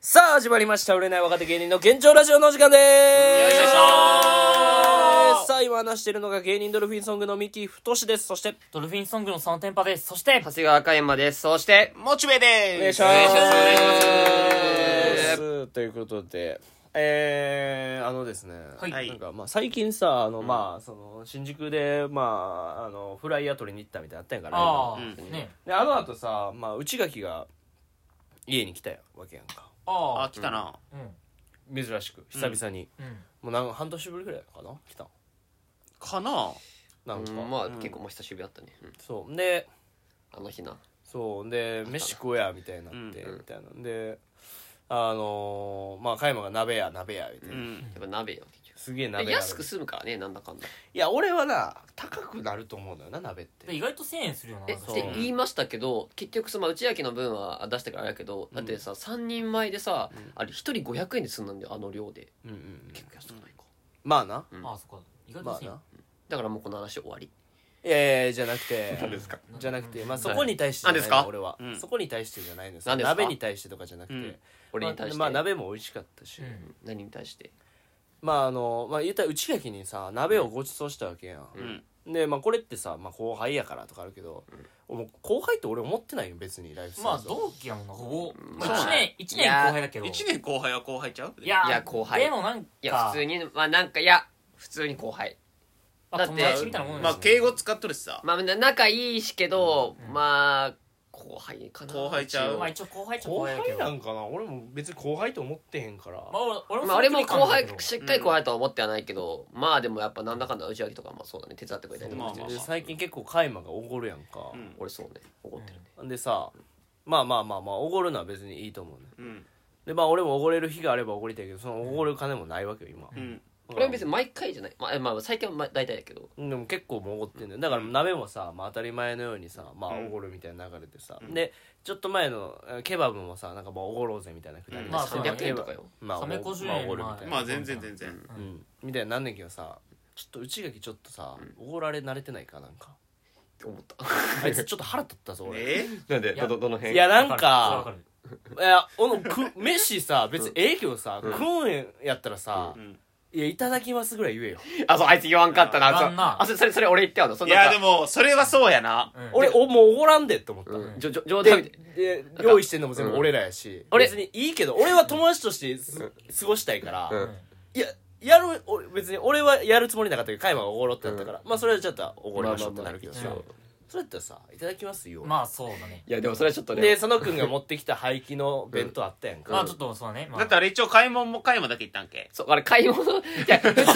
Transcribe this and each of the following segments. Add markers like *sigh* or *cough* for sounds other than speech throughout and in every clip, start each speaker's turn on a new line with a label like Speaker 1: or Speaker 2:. Speaker 1: さあ、始まりました。売れない若手芸人の現状ラジオのお時間でーす。
Speaker 2: よいしょー
Speaker 1: さあ、今話しているのが芸人ドルフィンソングの三木太志です。そして、
Speaker 2: ドルフィンソングの3テンパです。そして、
Speaker 3: 長谷川赤山です。そして、モチベです。
Speaker 1: お願いし
Speaker 3: お願いし
Speaker 1: ます。
Speaker 3: ます。
Speaker 1: お願いしますということで、えー、あのですね、
Speaker 2: はい
Speaker 1: なんかまあ最近さ、あの、まあ、その、新宿で、まあ、あの、フライヤー取りに行ったみたいなのあったんやから、
Speaker 2: ああ、
Speaker 1: 今
Speaker 2: ね。
Speaker 1: で、あの後さ、まあ、内垣が家に来たわけやんか。
Speaker 2: あ
Speaker 3: あ、
Speaker 2: あ、
Speaker 3: 来たな。
Speaker 2: うん。
Speaker 1: 珍しく、久々に。
Speaker 2: うん。
Speaker 1: もうなんか半年ぶりぐらいかな来た
Speaker 3: かな
Speaker 1: なんか、
Speaker 4: うんまあ、
Speaker 3: ん
Speaker 4: 結構もう久しぶりだったね、うん
Speaker 1: そうで
Speaker 4: あの日な
Speaker 1: そうで飯食おうやみたいになって、
Speaker 4: うん
Speaker 1: みたいなんであのー、まあ加山が鍋や鍋やみたいうな、
Speaker 3: ん。
Speaker 4: やっぱ鍋よ結
Speaker 1: すげえ
Speaker 4: 局
Speaker 1: 鍋
Speaker 4: で
Speaker 1: や
Speaker 4: 安く済むからねなんだかんだ
Speaker 1: いや俺はな高くなると思うんだよな鍋っ
Speaker 2: で
Speaker 1: て
Speaker 2: 意外と1000円するよな。
Speaker 4: えっ
Speaker 2: そ
Speaker 1: そ
Speaker 2: し
Speaker 1: う
Speaker 2: て
Speaker 4: て言いましたけど結局その内明の分はあ出したからあれやけどだってさ、3人前でさ、
Speaker 1: ん
Speaker 4: あれ1人500円で済んだんだよあの量で
Speaker 1: うんうんうん
Speaker 4: 結構安くないか、
Speaker 1: まあな
Speaker 4: うん
Speaker 2: ああ、そっか。意外と
Speaker 1: まあ
Speaker 2: 1000円
Speaker 1: な。
Speaker 4: だからもうこの話終わり
Speaker 1: いやいやじゃなくて
Speaker 3: 何ですか
Speaker 1: じゃなくて、まあ、そこに対してじゃ
Speaker 4: はい
Speaker 1: ない
Speaker 4: 何です
Speaker 1: の
Speaker 4: か
Speaker 1: 俺は、
Speaker 3: うん
Speaker 1: そこに対してじゃないんです
Speaker 4: 何ですか
Speaker 1: 鍋に対してとかじゃなくて、
Speaker 3: うん
Speaker 4: 俺に対して、
Speaker 1: まあ、まあ鍋も美味しかったし、
Speaker 2: うん。
Speaker 4: 何に対して
Speaker 1: まああのまあ言ったら内垣にさ鍋をごちそうしたわけやん、
Speaker 3: うん。
Speaker 1: でまあこれってさ、まあ、後輩やからとかあるけど、もう後輩って俺思ってないよ別にライフスタイ
Speaker 2: ま
Speaker 1: ル
Speaker 2: あ、同期やもんな、ほぼ。
Speaker 4: まあ
Speaker 2: 1年、一年
Speaker 4: いや
Speaker 2: 後輩だけど。
Speaker 3: 一年後輩は後輩ちゃう
Speaker 2: いや、
Speaker 4: いや後輩
Speaker 2: でもなんか、
Speaker 4: いや普通にまあなんかいや普通に後輩
Speaker 2: まあ
Speaker 4: だって
Speaker 2: 友達みたいなもん
Speaker 3: まあ、敬語使っとるしさ。
Speaker 4: まあな仲いいしけど、まあ後輩かな
Speaker 3: 後輩ちゃう
Speaker 4: 一応
Speaker 2: まあ、一応後輩っちゃ
Speaker 1: 後
Speaker 2: 後輩だけ
Speaker 1: 輩
Speaker 2: ど。
Speaker 1: な
Speaker 2: ま
Speaker 1: んかな俺も別に後輩と思ってへんから、
Speaker 2: あ、俺俺も
Speaker 4: まあ、
Speaker 2: そ
Speaker 4: 俺
Speaker 2: れ
Speaker 4: も
Speaker 2: 距離感
Speaker 4: 後
Speaker 2: だ
Speaker 4: 輩
Speaker 2: けど
Speaker 4: しっかり後輩とは思ってはないけど、まあでもやっぱなんだかんだ内訳とかまあそうだね手伝ってくれたりとか
Speaker 3: まあ
Speaker 4: して
Speaker 3: まあ
Speaker 4: る
Speaker 1: で
Speaker 4: し、
Speaker 1: 最近結構カイマがおごるやんか
Speaker 3: う、ん。
Speaker 4: 俺そうね怒ってるね、
Speaker 1: でさまあまあまあまあおごるのは別にいいと思うね
Speaker 3: うん。
Speaker 1: でまあ俺もおごれる日があればおごりたいけどそのおごる金もないわけよ今、
Speaker 3: うん。
Speaker 4: これは別に毎回じゃない、まあ、えまあ最近はまあ大体だけど
Speaker 1: でも結構もうおごってんだよだから鍋もさ、まあ、当たり前のようにさまあ
Speaker 3: うん
Speaker 1: おごるみたいな流れでさ、
Speaker 3: うん
Speaker 1: でちょっと前のえーケバブもさなんかもうおごろうぜみたいなくだりで
Speaker 3: うん
Speaker 1: さ
Speaker 2: まあそうだね
Speaker 4: 300円とかよ
Speaker 1: まあ、お
Speaker 2: 350
Speaker 1: まあおご
Speaker 2: 円
Speaker 1: るみたいな、
Speaker 3: まあ、全然全然。
Speaker 1: うん、みたいになんねんけどさちょっと内垣ちょっとさおごられ慣れてないかなんか
Speaker 4: って思った
Speaker 1: あいつちょっと腹立ったぞ俺、
Speaker 3: え
Speaker 4: なんで
Speaker 2: どど
Speaker 4: の辺
Speaker 1: いやなん
Speaker 2: わ
Speaker 1: か
Speaker 2: るわる
Speaker 1: いやおのく飯さ別にええけどさ、食うんやったらさ、
Speaker 3: うん
Speaker 1: いやいただきますぐらい言えよ、
Speaker 4: あそうあいつ言わんかったな
Speaker 2: 言わんな
Speaker 4: あそれそれそれ俺言ってはのそ
Speaker 3: い
Speaker 4: んな
Speaker 3: や、
Speaker 4: ん
Speaker 3: で
Speaker 4: か
Speaker 3: も、それはそうやな。
Speaker 2: うん
Speaker 1: 俺おもうおごらんでって思った、
Speaker 4: うんじょじょ冗談みた
Speaker 1: で
Speaker 4: い
Speaker 1: で用意してんのも全部俺らやし、
Speaker 4: うん
Speaker 1: 別にいいけど俺は友達としてす過ごしたいから、
Speaker 4: うん
Speaker 1: いややる俺別に俺はやるつもりなかったけど加山がおごろってなったから、まあそれはちょっとおごりましょうってなるけどさ、
Speaker 2: まあまあま
Speaker 1: それやったらさ「いただきますよ」
Speaker 2: まあ、そうだね。
Speaker 4: いやでもそれはちょっと
Speaker 1: で佐野君が持ってきた廃棄の弁当あったやんか、
Speaker 2: まあ、ちょっとそうだね。まあ
Speaker 3: だってあれ一応買い物も買い物だけ行ったんけ。、
Speaker 4: そう、あれ買い物、いや、普通に考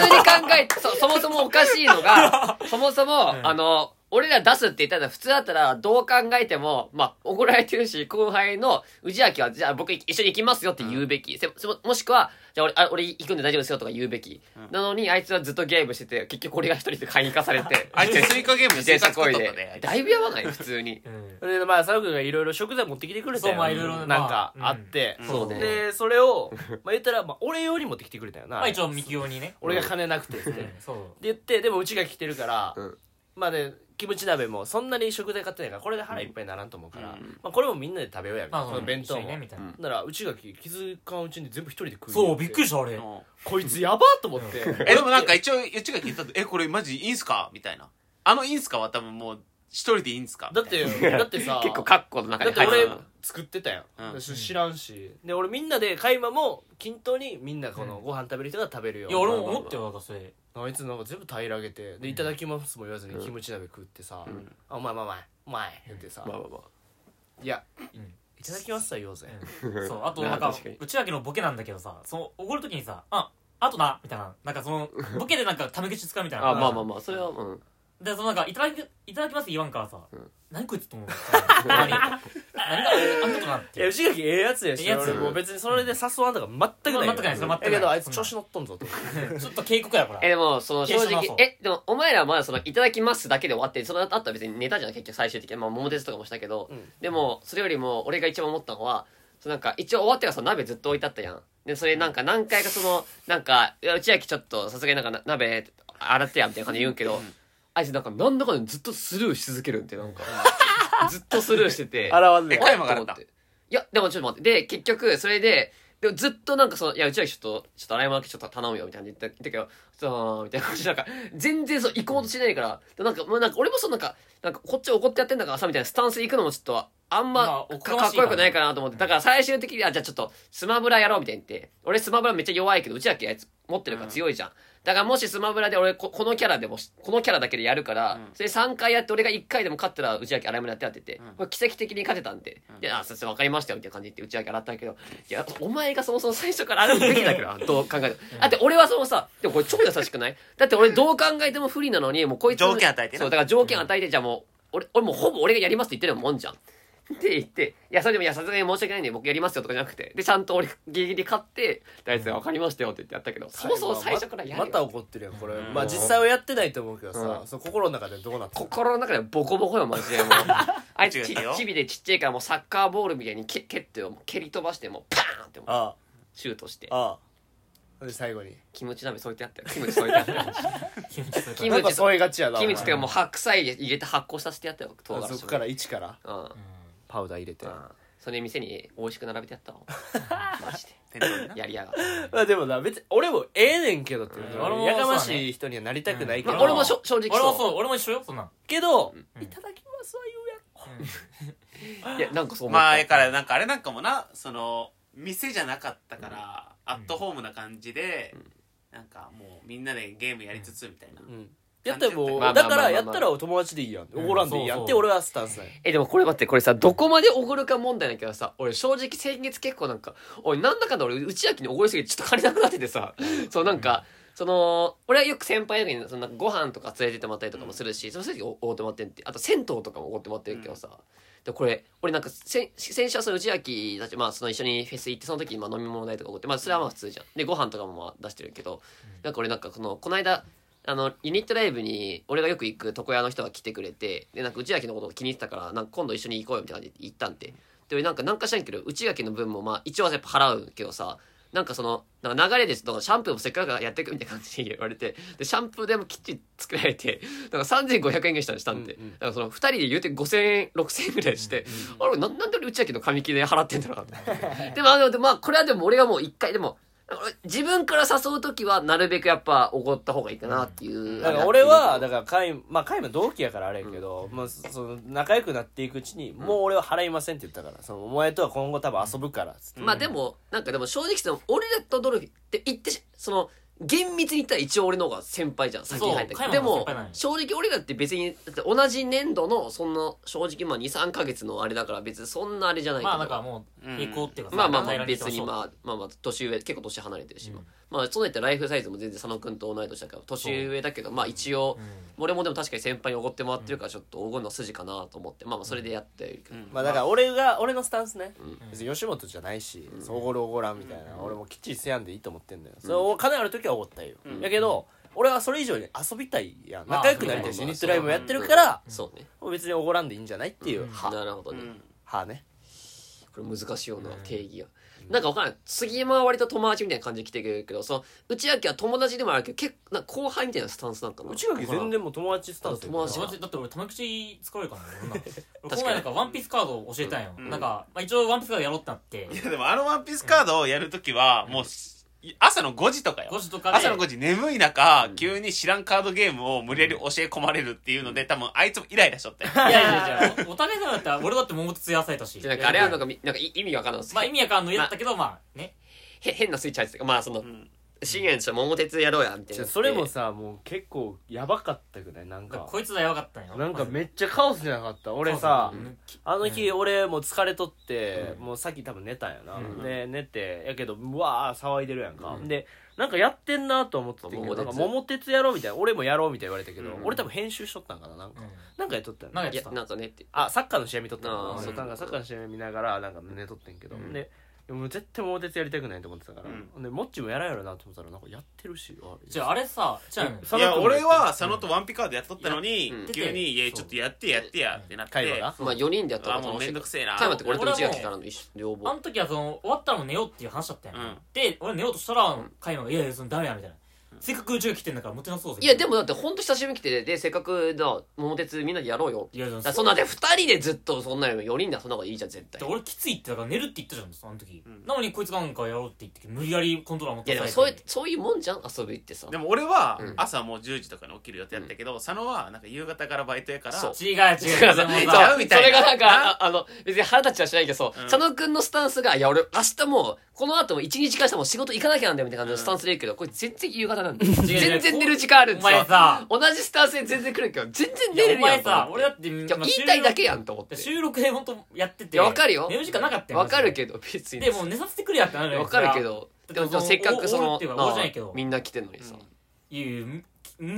Speaker 4: *laughs* えて、そ、そもそもおかしいの *laughs* が、そもそも、
Speaker 2: うん
Speaker 4: あの、俺ら出すって言ったら普通だったらどう考えても、まあ、怒られてるし、後輩の氏明は、じゃあ僕一緒に行きますよって言うべき。せせももしくは、じゃあ俺、あ俺行くんで大丈夫ですよとか言うべき。なのに、あいつはずっとゲームしてて、結局俺が一人で買いに行かされて
Speaker 3: あいつスイカゲームで
Speaker 4: 自
Speaker 3: スイ
Speaker 4: 転
Speaker 3: カ
Speaker 4: 車
Speaker 3: 作
Speaker 4: こ
Speaker 3: っ
Speaker 4: い
Speaker 3: とったで
Speaker 4: で。。だいぶやばない普通に。
Speaker 2: うん
Speaker 1: でまあ佐野君がいろいろ食材持ってきてくれた
Speaker 2: そう、
Speaker 1: やん
Speaker 2: まあ、いろいろね。
Speaker 1: なんか
Speaker 2: ま
Speaker 1: あって、
Speaker 2: うん
Speaker 4: そうね
Speaker 1: でそれを、まあ、言ったら、まあ、俺用に持ってきてくれたよな、
Speaker 2: まあ、一応、三木用にね。
Speaker 1: 俺が金なくてって、
Speaker 2: う
Speaker 1: って
Speaker 2: んそう。
Speaker 1: 言ってでもうちが来てるから、
Speaker 4: うん
Speaker 1: まあねキムチ鍋もそんなに食材買ってないからこれで腹いっぱいにならんと思うから、
Speaker 3: うん
Speaker 1: まあ、これもみんなで食べようやみたい
Speaker 2: ま
Speaker 1: な、
Speaker 2: あ、
Speaker 1: その弁当
Speaker 2: 一緒に
Speaker 1: も、
Speaker 2: ね、みたいな。
Speaker 1: ならうちが気づかんうちに全部一人で食う
Speaker 2: そう、びっくり
Speaker 1: し
Speaker 2: した、あれ。
Speaker 3: うん
Speaker 1: こいつやばと思
Speaker 2: *laughs*
Speaker 1: って
Speaker 3: え、でもなんか一応、うちが聞いたと、え、これマジいいんすかみたいな。あのいいんすかは多分もう、一人でいいんすか
Speaker 1: だってだって
Speaker 2: *laughs*
Speaker 1: さ
Speaker 4: 結構カッコの中
Speaker 1: だ
Speaker 4: に
Speaker 1: って
Speaker 4: 入って
Speaker 1: 俺
Speaker 4: る。
Speaker 1: 作ってたやん、
Speaker 3: うん
Speaker 1: 私知らんしで俺みんなで買いまも均等にみんなこの
Speaker 2: うん
Speaker 1: ご飯食べる人が食べるよ
Speaker 2: いや、俺も思ったよ、だからそれ。
Speaker 1: あいつなんか全部平らげてで「いただきます」も言わずにキムチ鍋食ってさ「
Speaker 3: ん
Speaker 1: あお前お前お前お前」言ってさ
Speaker 4: まあまあまあ。
Speaker 1: 「いや
Speaker 2: うん
Speaker 1: いただきます」は言おうぜ
Speaker 2: うんそう、あと、なんか
Speaker 4: 確かに、
Speaker 2: うちわけのボケなんだけどさ、その、怒るときにさ、あ、あとな、みたいな。なんかそ
Speaker 4: *laughs*
Speaker 2: の、ボケでなんか、タメ口使うみたいな。
Speaker 4: あ、まあまあまあ、それは、うん。
Speaker 2: で、そのなんか、いただき、いただきますって言わんからさ
Speaker 4: ん、
Speaker 2: 何こいつと思う。何何が、あんことなっ
Speaker 1: いや
Speaker 2: て。
Speaker 1: 内垣ええやつやし
Speaker 2: ええやつ
Speaker 1: 俺もう別にそれで誘わんとか全くない
Speaker 2: 全くないです全くな
Speaker 1: だ
Speaker 2: い
Speaker 1: けどあいつ調子乗っとんぞと
Speaker 2: *laughs* ちょっと警告やから。
Speaker 4: え、でも、その、正
Speaker 2: いやそ
Speaker 4: 直
Speaker 2: う、
Speaker 4: え、でも、お前らはまだその、いただきますだけで終わって、その後は別にネタじゃん、結局最終的に。まあ、桃鉄とかもしたけど、
Speaker 1: うん
Speaker 4: でも、それよりも、俺が一番思ったのは、そのなんか、一応終わってからその鍋ずっと置いてあったやん。で、それなんか、何回かその、なんか、いや内秋ちょっと、さすがになんかな、鍋、洗ってや、みたいな感じで言うんけど、あいつなんか、なんだかんだずっとスルーし続けるって、 *laughs* なんか、ずっとスルーしてて。
Speaker 1: わん
Speaker 4: え
Speaker 3: 加山が洗った
Speaker 4: いや、でもちょっと待って。で、結局、それで、でもずっとなんかその、いや、うちはちょっと、ちょっと洗い物だけちょっと頼むよ、みたいな言った言ったけど、そう、みたいな感じで、なんか、全然そう、行こうとしないから、でなんか、もうなんか、俺もそう、なんか、なんか、こっち怒ってやってんだからさ、みたいなスタンスで行くのもちょっと、あん
Speaker 2: まあ
Speaker 4: ま
Speaker 2: お、こ
Speaker 4: か
Speaker 2: がま
Speaker 4: か
Speaker 2: し
Speaker 4: っ
Speaker 2: い
Speaker 4: こよくないかなと思って、だから最終的に、あ、じゃあちょっと、スマブラやろう、みたいに言って、俺スマブラめっちゃ弱いけど、うちだけあいつ持ってるから強いじゃん。だからもしスマブラで俺こ、このキャラでもし、このキャラだけでやるから、
Speaker 3: うん
Speaker 4: それ3回やって俺が1回でも勝ったら、内訳洗い物やってやってて、
Speaker 3: うん
Speaker 4: これ奇跡的に勝てたんで、
Speaker 3: ん
Speaker 4: で、あ、先生分かりましたよ、みたいな感じで言って内訳洗ったけど、いや、お前がそもそも最初から洗うべき
Speaker 3: *laughs*
Speaker 4: だから、どう考えても。だって俺はそのさ、でもこれ超優しくないだって俺どう考えても不利なのに、もうこいつ。
Speaker 3: 条件与えてな
Speaker 4: そう、だから条件与えて、じゃあもう、俺、俺もうほぼ俺がやりますって言ってるようなもんじゃん。って言って、いや、それでも、いや、さすがに申し訳ないんで、僕やりますよとかじゃなくて、で、ちゃんと俺、ギリギリ買って、大体分かりましたよって言ってやったけど、そもそも最初からやるよ
Speaker 1: また怒ってるよこれ、
Speaker 3: うん
Speaker 1: まあ実際はやってないと思うけどさ、
Speaker 4: うん
Speaker 1: その心の中でどうなってる
Speaker 4: 心の中でボコボコよマジでもうあいつ
Speaker 3: 間
Speaker 4: ち
Speaker 3: 違えたよ
Speaker 4: ちびでちっちゃいからもうサッカーボールみたいに蹴蹴ってよもう蹴り飛ばしてもうパーンってもう
Speaker 1: あ
Speaker 4: シュートして
Speaker 1: あああで最後に
Speaker 4: キムチ鍋添えてあったよキムチ添えてあったよ
Speaker 2: キムチと
Speaker 4: キ
Speaker 1: な
Speaker 2: か
Speaker 4: ムチ
Speaker 1: んか添えがちやな
Speaker 4: キムチってか
Speaker 1: お
Speaker 4: もう白菜入れて発酵させてやったよ唐
Speaker 1: 前
Speaker 4: 辛子
Speaker 1: そこから1から
Speaker 4: うん、うん、
Speaker 1: パウダー入れて
Speaker 4: それ店に美味しく並べてやったわマジで
Speaker 3: 店頭にな
Speaker 4: やりやが
Speaker 1: *laughs*
Speaker 4: って
Speaker 1: まあでもな別に俺もええねんけどっていう
Speaker 2: うん俺も
Speaker 1: やかましい人にはなりたくないけ
Speaker 4: ま
Speaker 1: ど、
Speaker 4: あ、俺もしょ正直
Speaker 2: 俺も
Speaker 4: そう
Speaker 2: そう俺も一緒よそんなん
Speaker 1: けど、
Speaker 2: うん
Speaker 1: いただきますは言うやん
Speaker 4: いやなんかそう思った、
Speaker 3: まあだからなんかあれなんかもなその店じゃなかったから、アットホームな感じで、なんかもうみんなでゲームやりつつみたいな、
Speaker 1: やったらもう、
Speaker 4: まあまあまあ
Speaker 1: だ
Speaker 4: まあ
Speaker 1: からやったら友達でいいやんって、
Speaker 2: うん
Speaker 1: 怒らんでいいやんって
Speaker 2: そうそう
Speaker 1: 俺はスタンスない
Speaker 4: えでもこれ待ってこれさどこまでおごるか問題だけどさ俺正直先月結構なんか俺なんだかんだ俺内秋におごりすぎてちょっと借りなくなっててさそうなんか、その俺はよく先輩とかにそのなんかご飯とか連れてってもらったりとかもするし、その時おごってもらってんってあと銭湯とかもおごってもらってるけどさ、でこれ俺なんか先先週はその内秋たち、まあ、その一緒にフェス行ってその時まあ飲み物代とかおごって、まあ、それはまあ普通じゃんでご飯とかもまあ出してるけど、なんか俺なんかこのこの間あのユニットライブに俺がよく行く床屋の人が来てくれてでなんか内垣のこと気に入ってたからなんか今度一緒に行こうよみたいな感じで行ったんでで俺なんかなんかしないけど内垣の分もまあ一応はやっぱ払うけどさなんかそのなんか流れですとシャンプーもせっかくだからやっていくみたいな感じで言われてでシャンプーでもきっちり作られてなんか3500円ぐらいしたんでしたんで、
Speaker 1: うんうん
Speaker 4: なんかその2人で言うて5000円6000円ぐらいして、あれななんで俺内垣の紙切れ払ってんだろうなと思ってでもあのでもまあこれはでも俺がもう一回でも自分から誘う時はなるべくやっぱおごった方がいいかなっていう、
Speaker 1: だから俺はだからカイまあカイも同期やからあれやけど、まあ、そその仲良くなっていくうちに、もう俺は払いませんって言ったからそのお前とは今後多分遊ぶからっつって、
Speaker 4: まあでもなんかでも正直その俺らとドルフィンって言ってしその厳密に言ったら一応俺の方が先輩じゃん先に入ったけ
Speaker 2: そう加
Speaker 4: どで
Speaker 2: 山の
Speaker 4: も
Speaker 2: 先輩なんよ
Speaker 4: 正直俺らって別にだって同じ年度のそんな正直まあ23か月のあれだから別にそんなあれじゃないけど
Speaker 2: まあなんかもう
Speaker 3: うん
Speaker 2: 行こうっていうかさ
Speaker 4: まあまあま
Speaker 2: 平ら行
Speaker 4: あ別
Speaker 2: きまし
Speaker 4: に
Speaker 2: ょう
Speaker 4: まあまあまあ年上結構年離れてるし、
Speaker 2: うん
Speaker 4: まあそうやってライフサイズも全然佐野君と同い年だから年上だけどまあ一応、
Speaker 2: う
Speaker 4: 俺もでも確かに先輩におごってもらってるからちょっとおごるの筋かなと思ってまあまあそれでやってるけど、
Speaker 3: うん
Speaker 1: まあだから俺が俺のスタンスね、
Speaker 2: ん
Speaker 1: 別に吉本じゃないし、そうおごるおごらんみたいな、俺もきっちりせやんでいいと思ってんだよ、それを金ある時はおごったよ、
Speaker 3: うん
Speaker 1: やけど俺はそれ以上に遊びたいやん
Speaker 2: まあ
Speaker 1: 仲良くなりたいし
Speaker 4: まあ
Speaker 1: ユ
Speaker 4: まあ
Speaker 1: ニットライブもやってるから、
Speaker 4: そうね
Speaker 1: もう別におごらんでいいんじゃないっていう、は
Speaker 4: なるほど
Speaker 3: う
Speaker 4: ね、
Speaker 3: ん
Speaker 1: はね
Speaker 4: これ難しいよな、
Speaker 2: うん
Speaker 4: 定義が。なんかわからんない杉山は割と友達みたいな感じで来てくれるけどその内明は友達でもあるけど結構なんか後輩みたいなスタンスなんかな
Speaker 1: 内垣全然もう友達スタンスやけど
Speaker 4: 友達
Speaker 2: 友達だって俺タメ口使うからね俺な俺
Speaker 4: *laughs* に
Speaker 2: この前なんかワンピースカードを教えたんよ、
Speaker 3: うん
Speaker 2: なんか、まあ、一応ワンピースカードやろうってなって
Speaker 3: いやでもあのワンピースカードをやるときはもう朝の5時とかよ
Speaker 2: 5時とかで
Speaker 3: 朝の5時眠い中、急に知らんカードゲームを無理やり教え込まれるっていうので、多分あいつもイライラしとったよ。
Speaker 2: いやいやいやお互い様だったら俺だって桃鉄野菜だし
Speaker 4: なんかあれはなんかみなんか意味わからんない
Speaker 2: まあ意味わかんのやったけどまあね
Speaker 4: へ変なスイッチ入ってたまあその
Speaker 3: ん
Speaker 4: 信玄と桃鉄やろうやみたい
Speaker 1: じゃ
Speaker 4: な
Speaker 1: あそれもさもう結構やばかったくないなん
Speaker 2: だから
Speaker 1: か
Speaker 2: こいつがやばかったんよ
Speaker 1: なんかめっちゃカオスじゃなかった俺さ
Speaker 2: そうそううんき
Speaker 1: あの日俺もう疲れとって、
Speaker 2: うん
Speaker 1: もうさっき多分寝たんやな、
Speaker 2: うん
Speaker 1: で寝てやけどうわー騒いでるやんか、
Speaker 2: うん
Speaker 1: でなんかやってんなと思ってたけど
Speaker 4: 桃
Speaker 1: なん
Speaker 4: 鉄
Speaker 1: か桃鉄やろうみたいな俺もやろうみたいな言われたけど、
Speaker 3: うん
Speaker 1: 俺多分編集しとったんかななんか、
Speaker 2: うん
Speaker 1: なんかやっとったん
Speaker 2: なんかやっ
Speaker 4: い
Speaker 2: て
Speaker 4: や
Speaker 2: た
Speaker 4: なんかねって
Speaker 1: あサッカーの試合見とったのか
Speaker 4: あ
Speaker 1: な
Speaker 4: ー
Speaker 1: そうなんかサッカーの試合見ながらなんか寝とってんけど、
Speaker 2: うん
Speaker 1: ででも絶対桃鉄やりたくないと思ってたから、
Speaker 3: う
Speaker 1: でもっちもやらんやろなと思ったらなんかやってるしあ
Speaker 2: じゃああれさじゃあね
Speaker 1: え
Speaker 3: いや、俺は佐野とワンピカードやっとったのに
Speaker 4: うん、
Speaker 3: 急に、いや、ちょっとやってやってやってなって。
Speaker 1: 会話が
Speaker 4: まあ4人でやった
Speaker 3: あもうめんどくせえな
Speaker 4: タイマって俺と内明からの一緒両
Speaker 2: あ
Speaker 4: 方
Speaker 2: の時はその終わったらもう寝ようっていう話だったんよ、
Speaker 3: うん
Speaker 2: で俺寝ようとしたら加山が「いやいやそのダメや」みたいな「せっかく宇宙来てんだからモテなそうぜ
Speaker 4: いやでもだってほんと久しぶりに来てでせっかくの桃鉄みんなでやろうよ
Speaker 2: いやで
Speaker 4: だ
Speaker 2: も
Speaker 4: からそんなんで2人でずっとそんなの4人だそんな方がいいじゃん絶対
Speaker 2: だって俺きついってだから寝るって言ったじゃんその時、
Speaker 3: うん
Speaker 2: なのにこいつなんかやろうって言ってきて無理やりコントローラー持っ
Speaker 4: いや
Speaker 2: て
Speaker 4: でも
Speaker 2: 押
Speaker 4: そ
Speaker 2: さ
Speaker 4: うい
Speaker 2: え
Speaker 4: う
Speaker 2: て
Speaker 4: そういうもんじゃん遊びってさ *laughs*
Speaker 3: でも俺は
Speaker 4: うん
Speaker 3: 朝もう10時とかに起きる予定だったけど、佐野はなんか夕方からバイトやから
Speaker 4: そう
Speaker 2: 違う違う違
Speaker 4: 違う
Speaker 2: う違う
Speaker 4: そう
Speaker 3: 違うみたいな
Speaker 4: それがなんか
Speaker 3: な
Speaker 4: ああの別に腹立ちはしないけどそう、
Speaker 3: うん
Speaker 4: 佐野くんのスタンスがいや俺明日もうこの後も1日からしても仕事行かなきゃなんだよみたいな感じのスタンスでいるけど、これ全然夕方なんだよ
Speaker 2: 違う違う
Speaker 4: 全然寝る時間ある
Speaker 2: お
Speaker 4: んです
Speaker 2: 前
Speaker 4: よ
Speaker 2: さ
Speaker 4: 同じスタンスで全然来るけど全然
Speaker 2: いや
Speaker 4: 寝
Speaker 2: お
Speaker 4: れるやん
Speaker 2: 前
Speaker 4: と思っ
Speaker 2: さ
Speaker 4: て
Speaker 2: 俺だって今
Speaker 4: いや言いたいだけやんと思って
Speaker 2: 収録で本当やってて
Speaker 4: いやわかるよ
Speaker 2: 寝る時間なかったよ
Speaker 4: わかる
Speaker 2: ど
Speaker 4: けど別に
Speaker 2: でもう寝させてくれやってなるよ
Speaker 4: わかるけ
Speaker 2: そ
Speaker 4: ど
Speaker 2: だ
Speaker 4: でも
Speaker 2: って
Speaker 4: でもせっかくそ
Speaker 2: おおお
Speaker 4: の
Speaker 2: っていうか
Speaker 4: なあ
Speaker 2: おじゃないけど
Speaker 4: みんな来てんのにさ、
Speaker 2: りゃいやいやむ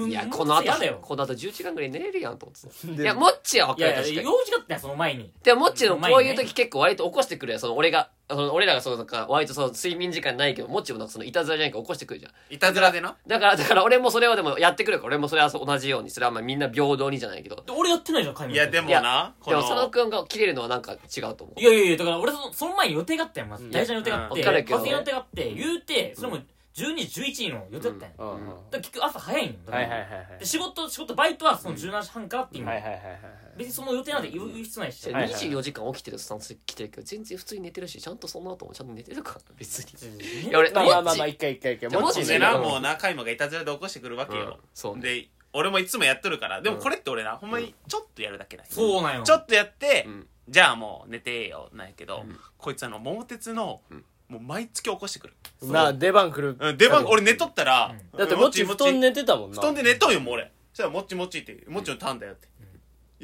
Speaker 2: む
Speaker 4: いや
Speaker 2: む
Speaker 4: この後
Speaker 2: やだよ
Speaker 4: この後10時間ぐらい寝れるやんと思ってさ
Speaker 1: で
Speaker 4: いやモッチはわ
Speaker 2: い
Speaker 4: かる
Speaker 2: や
Speaker 4: 確
Speaker 2: い
Speaker 4: か
Speaker 2: や
Speaker 4: に
Speaker 2: 用事があったよその前に
Speaker 4: でもモッチのこういう
Speaker 2: 前に
Speaker 4: 時結構割と起こしてくるやんその俺がその俺らがそのなんか割とその睡眠時間ないけどモッチもなんかそのいたずらじゃないか起こしてくるじゃん
Speaker 3: いたずらでな
Speaker 4: だからだから俺もそれはでもやってくるから俺もそれはそう同じようにそれはまあみんな平等にじゃないけど
Speaker 2: で俺やってないじゃん買
Speaker 3: い
Speaker 2: い物
Speaker 3: やでも
Speaker 4: いや
Speaker 3: なこ
Speaker 4: でも佐野
Speaker 3: の
Speaker 4: くんが切れるのはなんか違うと思う
Speaker 2: いやいやいやだから俺そのその前に予定があったよまず大事な予定があっ
Speaker 4: う
Speaker 2: て
Speaker 4: んわかるけど
Speaker 2: パズルの予定があって言うてそれも12時11時の予定だったよ
Speaker 1: うんうん
Speaker 2: だから結局朝早いんだ
Speaker 1: はいはい
Speaker 2: か
Speaker 1: はい
Speaker 2: ら
Speaker 1: はい
Speaker 2: で仕事仕事バイトはその17時半からっていうの
Speaker 1: はいはいはいはい
Speaker 2: 別にその予定なんて言う言う必要ないし
Speaker 4: じゃ
Speaker 1: はい
Speaker 4: あ
Speaker 1: はい
Speaker 4: 24時間起きてるスタンスで来てるけど全然普通に寝てるしちゃんとその後もちゃんと寝てるから別にいや俺
Speaker 1: まあまあま
Speaker 4: モッ
Speaker 1: あ
Speaker 4: チ
Speaker 1: まあ一回一回一回
Speaker 4: じゃあ
Speaker 1: も
Speaker 4: モッ
Speaker 1: ち
Speaker 4: チ
Speaker 3: で
Speaker 1: ね
Speaker 4: ね
Speaker 3: なもうなカイマがいたずらで起こしてくるわけ
Speaker 4: うん
Speaker 3: よ、
Speaker 4: そうね
Speaker 3: で俺もいつもやっとるからでもこれって俺なほんまにちょっとやるだけない、
Speaker 2: そうなんよ
Speaker 3: ちょっとやって、
Speaker 4: うん
Speaker 3: じゃあもう寝てよなんやけど、
Speaker 4: うん
Speaker 3: こいつあの桃鉄の、
Speaker 4: うん
Speaker 3: もう毎月起こしてくる、
Speaker 1: な出番来る
Speaker 3: うん、出番
Speaker 1: 多分
Speaker 3: 俺寝とったら、
Speaker 1: だってもっち
Speaker 3: も
Speaker 1: 布
Speaker 3: ち
Speaker 1: 団寝てたもんな
Speaker 3: 布団で寝とんよもう俺そしたらもっちもっちってもっちのターンだよって、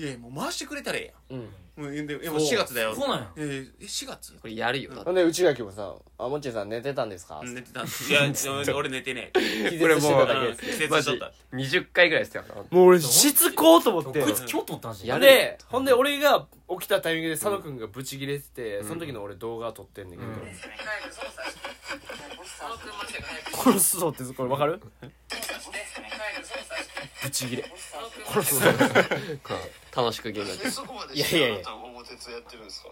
Speaker 3: いやいやもう回してくれたらえ
Speaker 1: うん
Speaker 3: えやん、うん、でえもう4月だよ
Speaker 2: そうなんよ
Speaker 3: えーえ4月
Speaker 4: これやるよだって
Speaker 1: ほんで内垣もさ「あもっちさん寝てたんですか?」
Speaker 3: 寝てたん
Speaker 5: *laughs*
Speaker 3: ですいや俺寝てねえ
Speaker 1: 気絶してただけ
Speaker 3: う
Speaker 1: で
Speaker 3: ん
Speaker 1: す
Speaker 3: 季節
Speaker 4: マ
Speaker 3: しとっ
Speaker 4: ジ
Speaker 3: た
Speaker 4: 20回ぐらいしてたから
Speaker 1: もう俺しつこうと思って
Speaker 2: こいつ今日と思った話
Speaker 4: やる
Speaker 1: でほんで俺が起きたタイミングで佐野くんがブチギレてて、その時の俺動画撮ってんだけど、殺すぞってこれ分かるブチギレ殺すぞ
Speaker 4: 楽しくゲームやって
Speaker 6: そこまで
Speaker 1: いやいやいや
Speaker 6: あなたは桃鉄やってるんです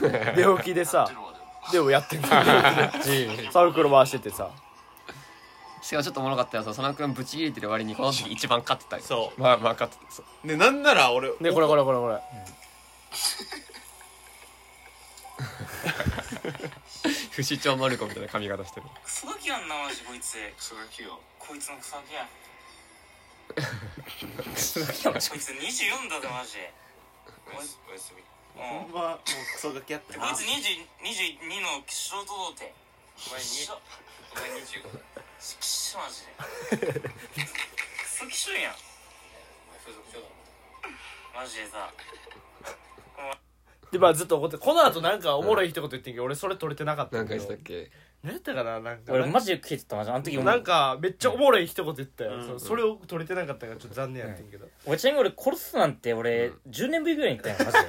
Speaker 6: か
Speaker 1: 寝起きでさでもやってんだサルクル回しててさ
Speaker 4: しかもちょっとおもろかったよその佐野くんぶち切れてる割にこの時 *laughs* 一番勝ってたよ
Speaker 3: そう
Speaker 4: まあまあ勝ってたそう
Speaker 3: でなんなら俺
Speaker 1: でこれこれこれこれ
Speaker 4: 不死鳥マルコみたいな髪型してる
Speaker 7: クソガキやんなマジこいつ
Speaker 6: それ企業
Speaker 7: こいつのクソガ
Speaker 4: *laughs*
Speaker 7: キやん
Speaker 4: やん
Speaker 7: こいつ24だぜマジで
Speaker 6: おやすおやすみ
Speaker 7: うん
Speaker 3: ほんまもうクソガキやった
Speaker 7: こ
Speaker 3: ない
Speaker 7: つ20 22の希少とどて
Speaker 6: お前にお前25だ
Speaker 7: 希少マジでクソ希少やん
Speaker 6: お前風俗嬢だ
Speaker 7: マジでさ
Speaker 1: でまあずっと怒ってこの後なんかおもろい一言言ってんけど俺それ撮れてなかった
Speaker 4: 何
Speaker 1: んだ
Speaker 4: 回
Speaker 1: け
Speaker 4: し
Speaker 1: ど
Speaker 4: たっけ
Speaker 1: 何やったかななんか
Speaker 2: 俺マジで消えてたマジあの時も
Speaker 1: なんかめっちゃおもろい一言言ったよ、
Speaker 3: うん
Speaker 1: そうそれを撮れてなかったからちょっと残念やってんけど、
Speaker 2: 俺ちなみに俺殺すなんて俺10年ぶりぐらいに言ったよマジ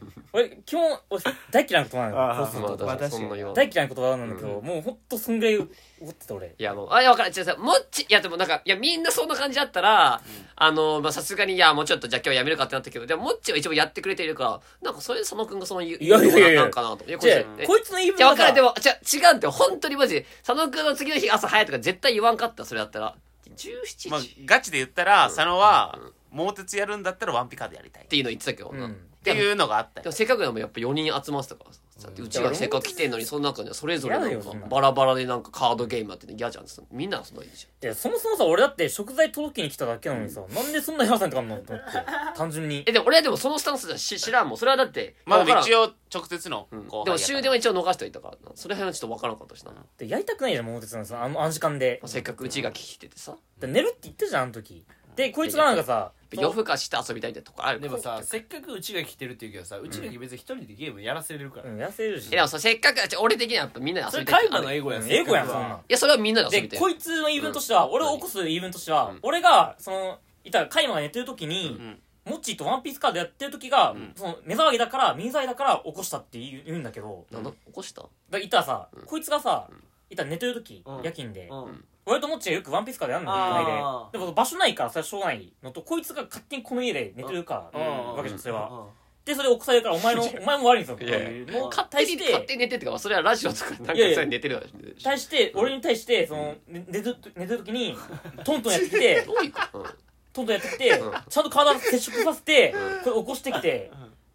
Speaker 2: で俺基本俺大嫌いなことなの
Speaker 1: あー
Speaker 2: よ殺す
Speaker 4: まあ
Speaker 2: の
Speaker 1: だ
Speaker 4: 私
Speaker 1: まあ
Speaker 4: はそんなような
Speaker 2: 大嫌いな言葉なんだけど、もうほんとそんぐらい怒ってた俺
Speaker 4: いやもうあいや分からん違うさもっちいやでもなんかいやみんなそんな感じだったら、あのまあさすがにいやもうちょっとじゃあ今日やめるかってなったけどでももっちは一応やってくれているからなんかそれで佐野くんがその言う
Speaker 2: いやいやいやいや
Speaker 4: なんかなといやこ
Speaker 2: じ
Speaker 4: れ
Speaker 2: ゃ
Speaker 4: え
Speaker 2: こいつの言い分
Speaker 4: じゃあ分
Speaker 2: さ
Speaker 4: かるでもじゃあ違うんだよ本当にマジで佐野くんの次の日朝早いとか絶対言わんかったそれだったら17時、
Speaker 3: まあ
Speaker 4: っ、
Speaker 3: ガチで言ったら、佐野は、桃鉄やるんだったらワンピカードやりたい。って
Speaker 4: いうの言ってたけど、
Speaker 2: う
Speaker 4: なっ
Speaker 2: ん
Speaker 4: て
Speaker 3: て
Speaker 4: いう
Speaker 3: いうのがあった
Speaker 4: で
Speaker 3: よ
Speaker 4: も。せっかくでもやっぱ4人集まってたからさ、だってうちがせっかく来てんのにその中にはそれぞれな
Speaker 2: 嫌
Speaker 4: ん
Speaker 2: だよ
Speaker 4: か
Speaker 2: そんな
Speaker 4: バラバラでなんかカードゲームやってて嫌じゃんみんなそんなのいいじゃん
Speaker 2: でそもそもさ俺だって食材届けに来ただけなのにさ、なんでそんな嫌さんとかあんのと思って単純に
Speaker 4: えでも俺はでもそのスタンスじゃし知らんもんそれはだって
Speaker 3: まあ、
Speaker 4: わからん
Speaker 3: 一応、直接の
Speaker 4: う
Speaker 3: 後輩やっ
Speaker 4: ん
Speaker 3: たから。
Speaker 4: でも終電は一応逃しておいたからなそれはちょっと分からんかったしな、ま
Speaker 2: でやりたくないじゃん桃鉄なんさあのあの時間で
Speaker 4: あ、せっかくうちが来ててさ
Speaker 2: で寝るって言ったじゃんあの時でこいつがなんかさ
Speaker 4: 夜更かして遊びたいってとこあるか
Speaker 1: で
Speaker 4: ら
Speaker 1: もさせっかくうちが来てるって言うけどさうちが別に一人でゲームやらせれるから、
Speaker 2: うん痩せるし
Speaker 4: えでもさせっかくちょ俺的にはやっぱみんなで
Speaker 1: それ
Speaker 4: 遊びたい
Speaker 1: 海馬
Speaker 4: ってある
Speaker 1: の
Speaker 4: い
Speaker 1: エゴや
Speaker 2: うん英語やんそんなん
Speaker 4: やそれはみんなで
Speaker 2: で
Speaker 4: 遊びたい
Speaker 2: こいつの言い分としては、俺を起こす言い分としては、俺がそのいたらカイマが寝てる時に、モッチーとワンピースカードやってる時が、その目障りだから耳障りだから起こしたって言う言うんだけど
Speaker 4: なんだ起こした
Speaker 2: だいたらさ、こいつがさいたら寝てる時、
Speaker 1: うん
Speaker 2: 夜勤で、
Speaker 1: うん
Speaker 2: 俺とモッチーがよくワンピースカードやるの
Speaker 1: あー
Speaker 2: 家ででも場所ないからそれはしょうがないのとこいつが勝手にこの家で寝てるから、
Speaker 1: うん
Speaker 2: わけじゃんそれは、
Speaker 1: うん
Speaker 2: でそれ起こされるからお前のお前も悪いんです
Speaker 4: *laughs* いや
Speaker 2: よ
Speaker 4: い
Speaker 2: もう
Speaker 4: 勝手
Speaker 2: 対
Speaker 4: に
Speaker 2: し
Speaker 4: 勝
Speaker 2: て
Speaker 4: 手に寝てってかそれはラジオとかなんかそ
Speaker 2: いやいや
Speaker 4: れ寝てるわけでしょ
Speaker 2: 対して俺に対してそのね寝てる寝てる時
Speaker 4: *laughs*
Speaker 2: にトントンやってきて
Speaker 4: どういうことうん
Speaker 2: トントンやってきて
Speaker 4: うん
Speaker 2: ちゃんと体接触させてこれ起こしてきて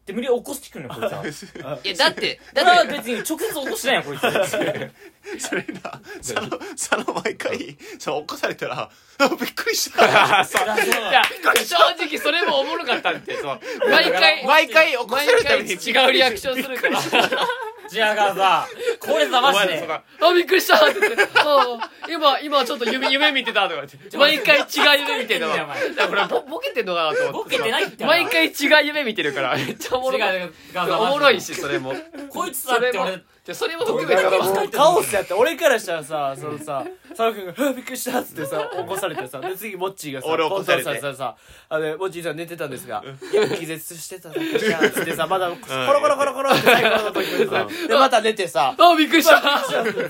Speaker 2: で無理やり起こしてくるのよこいつは
Speaker 4: いやだって
Speaker 2: だ
Speaker 4: だ
Speaker 2: か
Speaker 4: っ
Speaker 2: ら
Speaker 4: て
Speaker 2: 別に直接起こしてないやんこいつ
Speaker 4: *laughs*
Speaker 2: い
Speaker 5: それな、その、その毎回、その起こされたら、あびっくりした。
Speaker 3: *laughs*
Speaker 4: いや正直それもおもろかったってそう毎回
Speaker 5: 毎回起こ
Speaker 4: 毎
Speaker 5: されるた
Speaker 4: 回
Speaker 5: びに
Speaker 4: 違うリアクションするから
Speaker 2: やだからさこれ騙してね
Speaker 4: *laughs* あ、びっくりしたって言って、 *laughs* あ今、今ちょっと夢、夢見てたとか言って、 *laughs* 毎回違う夢見 *laughs* てるの。だからこれボ、ボケてんのかなと思っ
Speaker 2: ボ
Speaker 4: て。
Speaker 2: ケてないって
Speaker 4: 毎回違う夢見てるから、 *laughs* めっちゃおもろい。おもろいし、それ *laughs* も。
Speaker 2: こいつだって俺
Speaker 4: でそれも含めて、
Speaker 1: もうカオスやって俺からしたらさそのさ佐野君があ「びっくりした」っつってさ起こされてさで次モッチーがさ
Speaker 5: 俺起こされて
Speaker 1: コントロールささあでモッチーさん寝てたんですが「いや気絶してただけじゃん」っつってさまだコロコロコロコロって最後の時にさでまた寝てさ
Speaker 4: あ、びっくりした*laughs*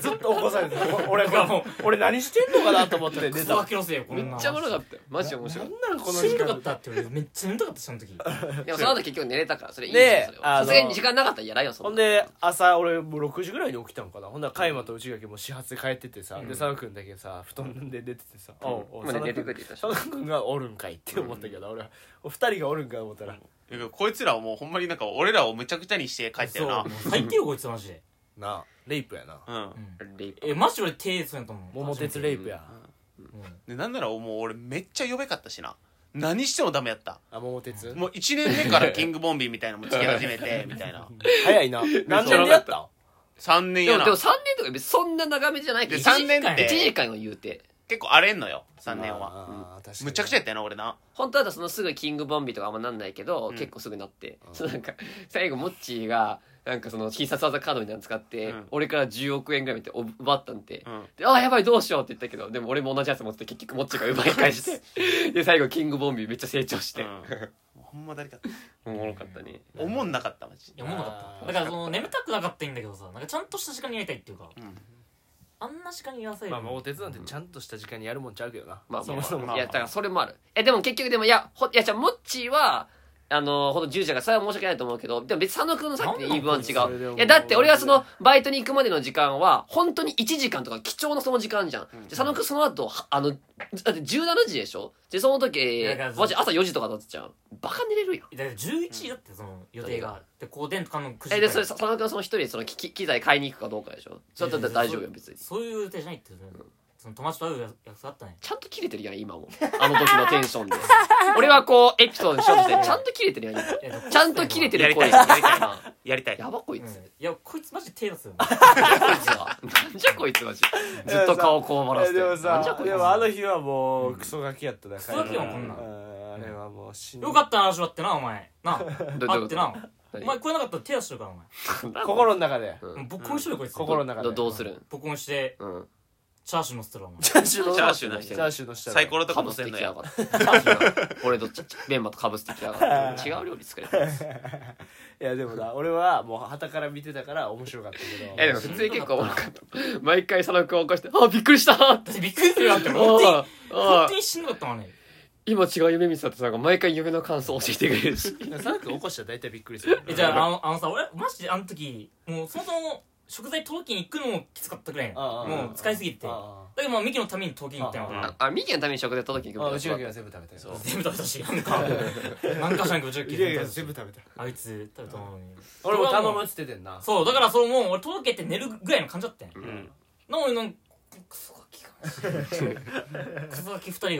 Speaker 1: ず っと起こされてた俺がもう俺何してんのかなと思って寝
Speaker 2: さ
Speaker 1: た
Speaker 2: 分けろせよこん
Speaker 4: め
Speaker 2: な
Speaker 4: っちゃおもろかったよ。マジ面白い。
Speaker 1: なんなんこの
Speaker 2: し
Speaker 1: 時
Speaker 2: んどか
Speaker 1: 間
Speaker 2: ったって俺めっちゃ眠たかったその時
Speaker 4: でもその後結局寝れたから、それいい
Speaker 1: で
Speaker 4: ね。それは
Speaker 1: あの
Speaker 4: さすがに時間なかったらやらんよ、そ
Speaker 1: ほん
Speaker 4: んな。
Speaker 1: で朝俺もう6時ぐらいに起きたのかなほんなら加山と内垣も始発で帰っててさ、で佐野君だけさ布団で寝ててさ「おうおう
Speaker 4: まあ
Speaker 1: 佐野
Speaker 4: 寝て
Speaker 1: 君
Speaker 4: くれてたし
Speaker 1: 佐野君がおるんかい」って思ったけど、俺はお二人がおるんか思ったら
Speaker 5: いやこいつらはもうほんまになんか俺らをむちゃくちゃにして帰った
Speaker 2: そう
Speaker 5: よな
Speaker 2: もう最低よこいつマジで
Speaker 1: なあレイプやな
Speaker 5: うん
Speaker 4: レイプ
Speaker 2: えマジ俺手つやと思う
Speaker 1: 桃鉄レイプや、
Speaker 5: でなんならもう俺めっちゃ呼べかったしな何してもダメやった
Speaker 1: あ桃鉄
Speaker 5: もう1年目からキングボンビーみたいなのもつけ始めてみたいな
Speaker 1: 早いな何年でやった
Speaker 5: 3年
Speaker 4: で
Speaker 5: や
Speaker 4: も、
Speaker 5: な
Speaker 4: でも3年とか別にそんな長めじゃないけ
Speaker 5: で
Speaker 4: ど、
Speaker 5: 3年っ
Speaker 4: 1時
Speaker 5: て
Speaker 4: 間を言うて。
Speaker 5: 結構荒れんのよ3年は
Speaker 1: ああ確かに
Speaker 5: むちゃくちゃやったよな俺な
Speaker 4: 本当はそのすぐキングボンビとかあんまなんないけど、結構すぐなって、そうなんか最後モッチーがなんかその必殺技カードみたいなの使って、
Speaker 5: うん
Speaker 4: 俺から10億円ぐらい見てお奪ったんで,、
Speaker 5: うん
Speaker 4: でああやばいどうしようって言ったけどでも俺も同じやつ持ってて結局モッチーが奪い返して
Speaker 5: *laughs*
Speaker 4: で最後キングボンビめっちゃ成長して、
Speaker 5: うんほんま誰か
Speaker 4: おもろかったね
Speaker 5: おもんなかったマジ
Speaker 2: いや思わなかっただからその眠たくなかったらいいんだけどさなんかちゃんとした時間にやりたいっていうか、
Speaker 5: ん
Speaker 2: あんな時間にやらせる
Speaker 1: まあ桃鉄なんてちゃんとした時間にやるもんちゃうけどな、
Speaker 4: まあ
Speaker 1: そもそも、
Speaker 4: いやだからそれもあるえでも結局でもいやほいやじゃあモッチーはあのほど従者がそれは申し訳ないと思うけどでも別に佐野君のさっきの言い分は違
Speaker 1: なんだそれで
Speaker 4: う
Speaker 1: も
Speaker 4: いやだって俺はそのバイトに行くまでの時間は本当に1時間とか貴重なその時間じゃん、じゃあ佐野君その後はあのだって17時でしょでその時
Speaker 2: やだからそう
Speaker 4: マジ朝4時とかだったじゃんバカ寝れるよ
Speaker 2: だから11時だってその予定が、でこう出んとかの9時ぐら
Speaker 4: え
Speaker 2: い
Speaker 4: でそれ佐野君はその一人でその機機機材買いに行くかどうかでしょそれだったら大丈夫よ別に
Speaker 2: そういう予定じゃないって、その友達と会う約束あったね
Speaker 4: ちゃんと切れてるやん今もあの時のテンションで俺はこうエピソードにしようとしてちゃんと切れてるやん今
Speaker 2: いやでも
Speaker 4: ちゃんと切れて
Speaker 5: や
Speaker 4: る
Speaker 5: り
Speaker 4: 声
Speaker 5: たい
Speaker 4: で
Speaker 5: やりたいやりた
Speaker 4: *laughs*
Speaker 5: い
Speaker 4: やばこい
Speaker 2: うん
Speaker 4: つ。
Speaker 2: いやこいつマジで手出すよね *laughs*
Speaker 4: なんじゃこいつマジ。ずっと顔をこうばら
Speaker 1: え
Speaker 4: せて。
Speaker 1: でも
Speaker 4: なんじゃ
Speaker 1: さ
Speaker 4: こい
Speaker 1: で
Speaker 4: つ。
Speaker 1: もあの日はもうクソガキやったなク
Speaker 2: ソガキやもんこんなん
Speaker 1: あれはもう死ぬ
Speaker 2: よかったな話はってなお前なあ
Speaker 4: どどうい
Speaker 2: 会
Speaker 4: う
Speaker 2: っ
Speaker 4: こ
Speaker 2: て
Speaker 4: と
Speaker 2: なお前来れなかったら手出してるからお前
Speaker 1: 心の中で
Speaker 2: うん僕婚しとるよこいつ
Speaker 1: 心の中で
Speaker 4: どどうするん
Speaker 2: 僕婚して
Speaker 4: うん。
Speaker 2: チャーシュー乗せたらお前
Speaker 1: チャーシューの
Speaker 5: チャーシューの
Speaker 1: チ
Speaker 5: 人
Speaker 1: ャーシューの下で
Speaker 5: サイコロ
Speaker 4: か
Speaker 5: とか
Speaker 4: ぶ
Speaker 5: も
Speaker 4: せて
Speaker 5: せんの
Speaker 4: きや
Speaker 5: や
Speaker 4: がって。俺どっちメンマとかぶせてきやがって。違う料理作れた。い
Speaker 1: いやでもな俺はもう旗から見てたから面白かったけど
Speaker 4: やでも普通に結構おもろかった。毎回佐野くん起こして、あ、びっくりしたあ
Speaker 2: 私びっくりするよだって本当に
Speaker 4: あ
Speaker 2: 本
Speaker 4: あ
Speaker 2: 当にしんどかったもんね
Speaker 4: 今違う夢見てたってなんか毎回夢の感想を教えてくれるし。
Speaker 1: サンク起こしたら大体びっくりする
Speaker 2: えじゃああのあのさ俺マジであの時もうそもそも食材届きに行くのもきつかったくらい
Speaker 1: ああ
Speaker 2: もう使いすぎてだ
Speaker 1: あ
Speaker 2: けどまあミキのために届きに行ったよ
Speaker 1: あ
Speaker 2: 俺
Speaker 4: あ、ミキのために食で届けに行く
Speaker 1: あ
Speaker 4: み
Speaker 1: 内
Speaker 4: たい
Speaker 1: 垣
Speaker 4: な。
Speaker 1: は全部食べたよそう
Speaker 2: *laughs* 全部食べたしなんか何かしらんけどジャッキー
Speaker 1: 内垣は
Speaker 2: 全
Speaker 1: 全
Speaker 2: 部
Speaker 1: 部
Speaker 2: 食べたし
Speaker 1: 食べた
Speaker 2: あいつ食べたのに
Speaker 1: 俺も頼むっつっててんな
Speaker 2: そうだからそうもう俺届けて寝るぐらいの感じだったんや
Speaker 5: ん
Speaker 2: なのになんかクソガキかもしれないクソガキ二人が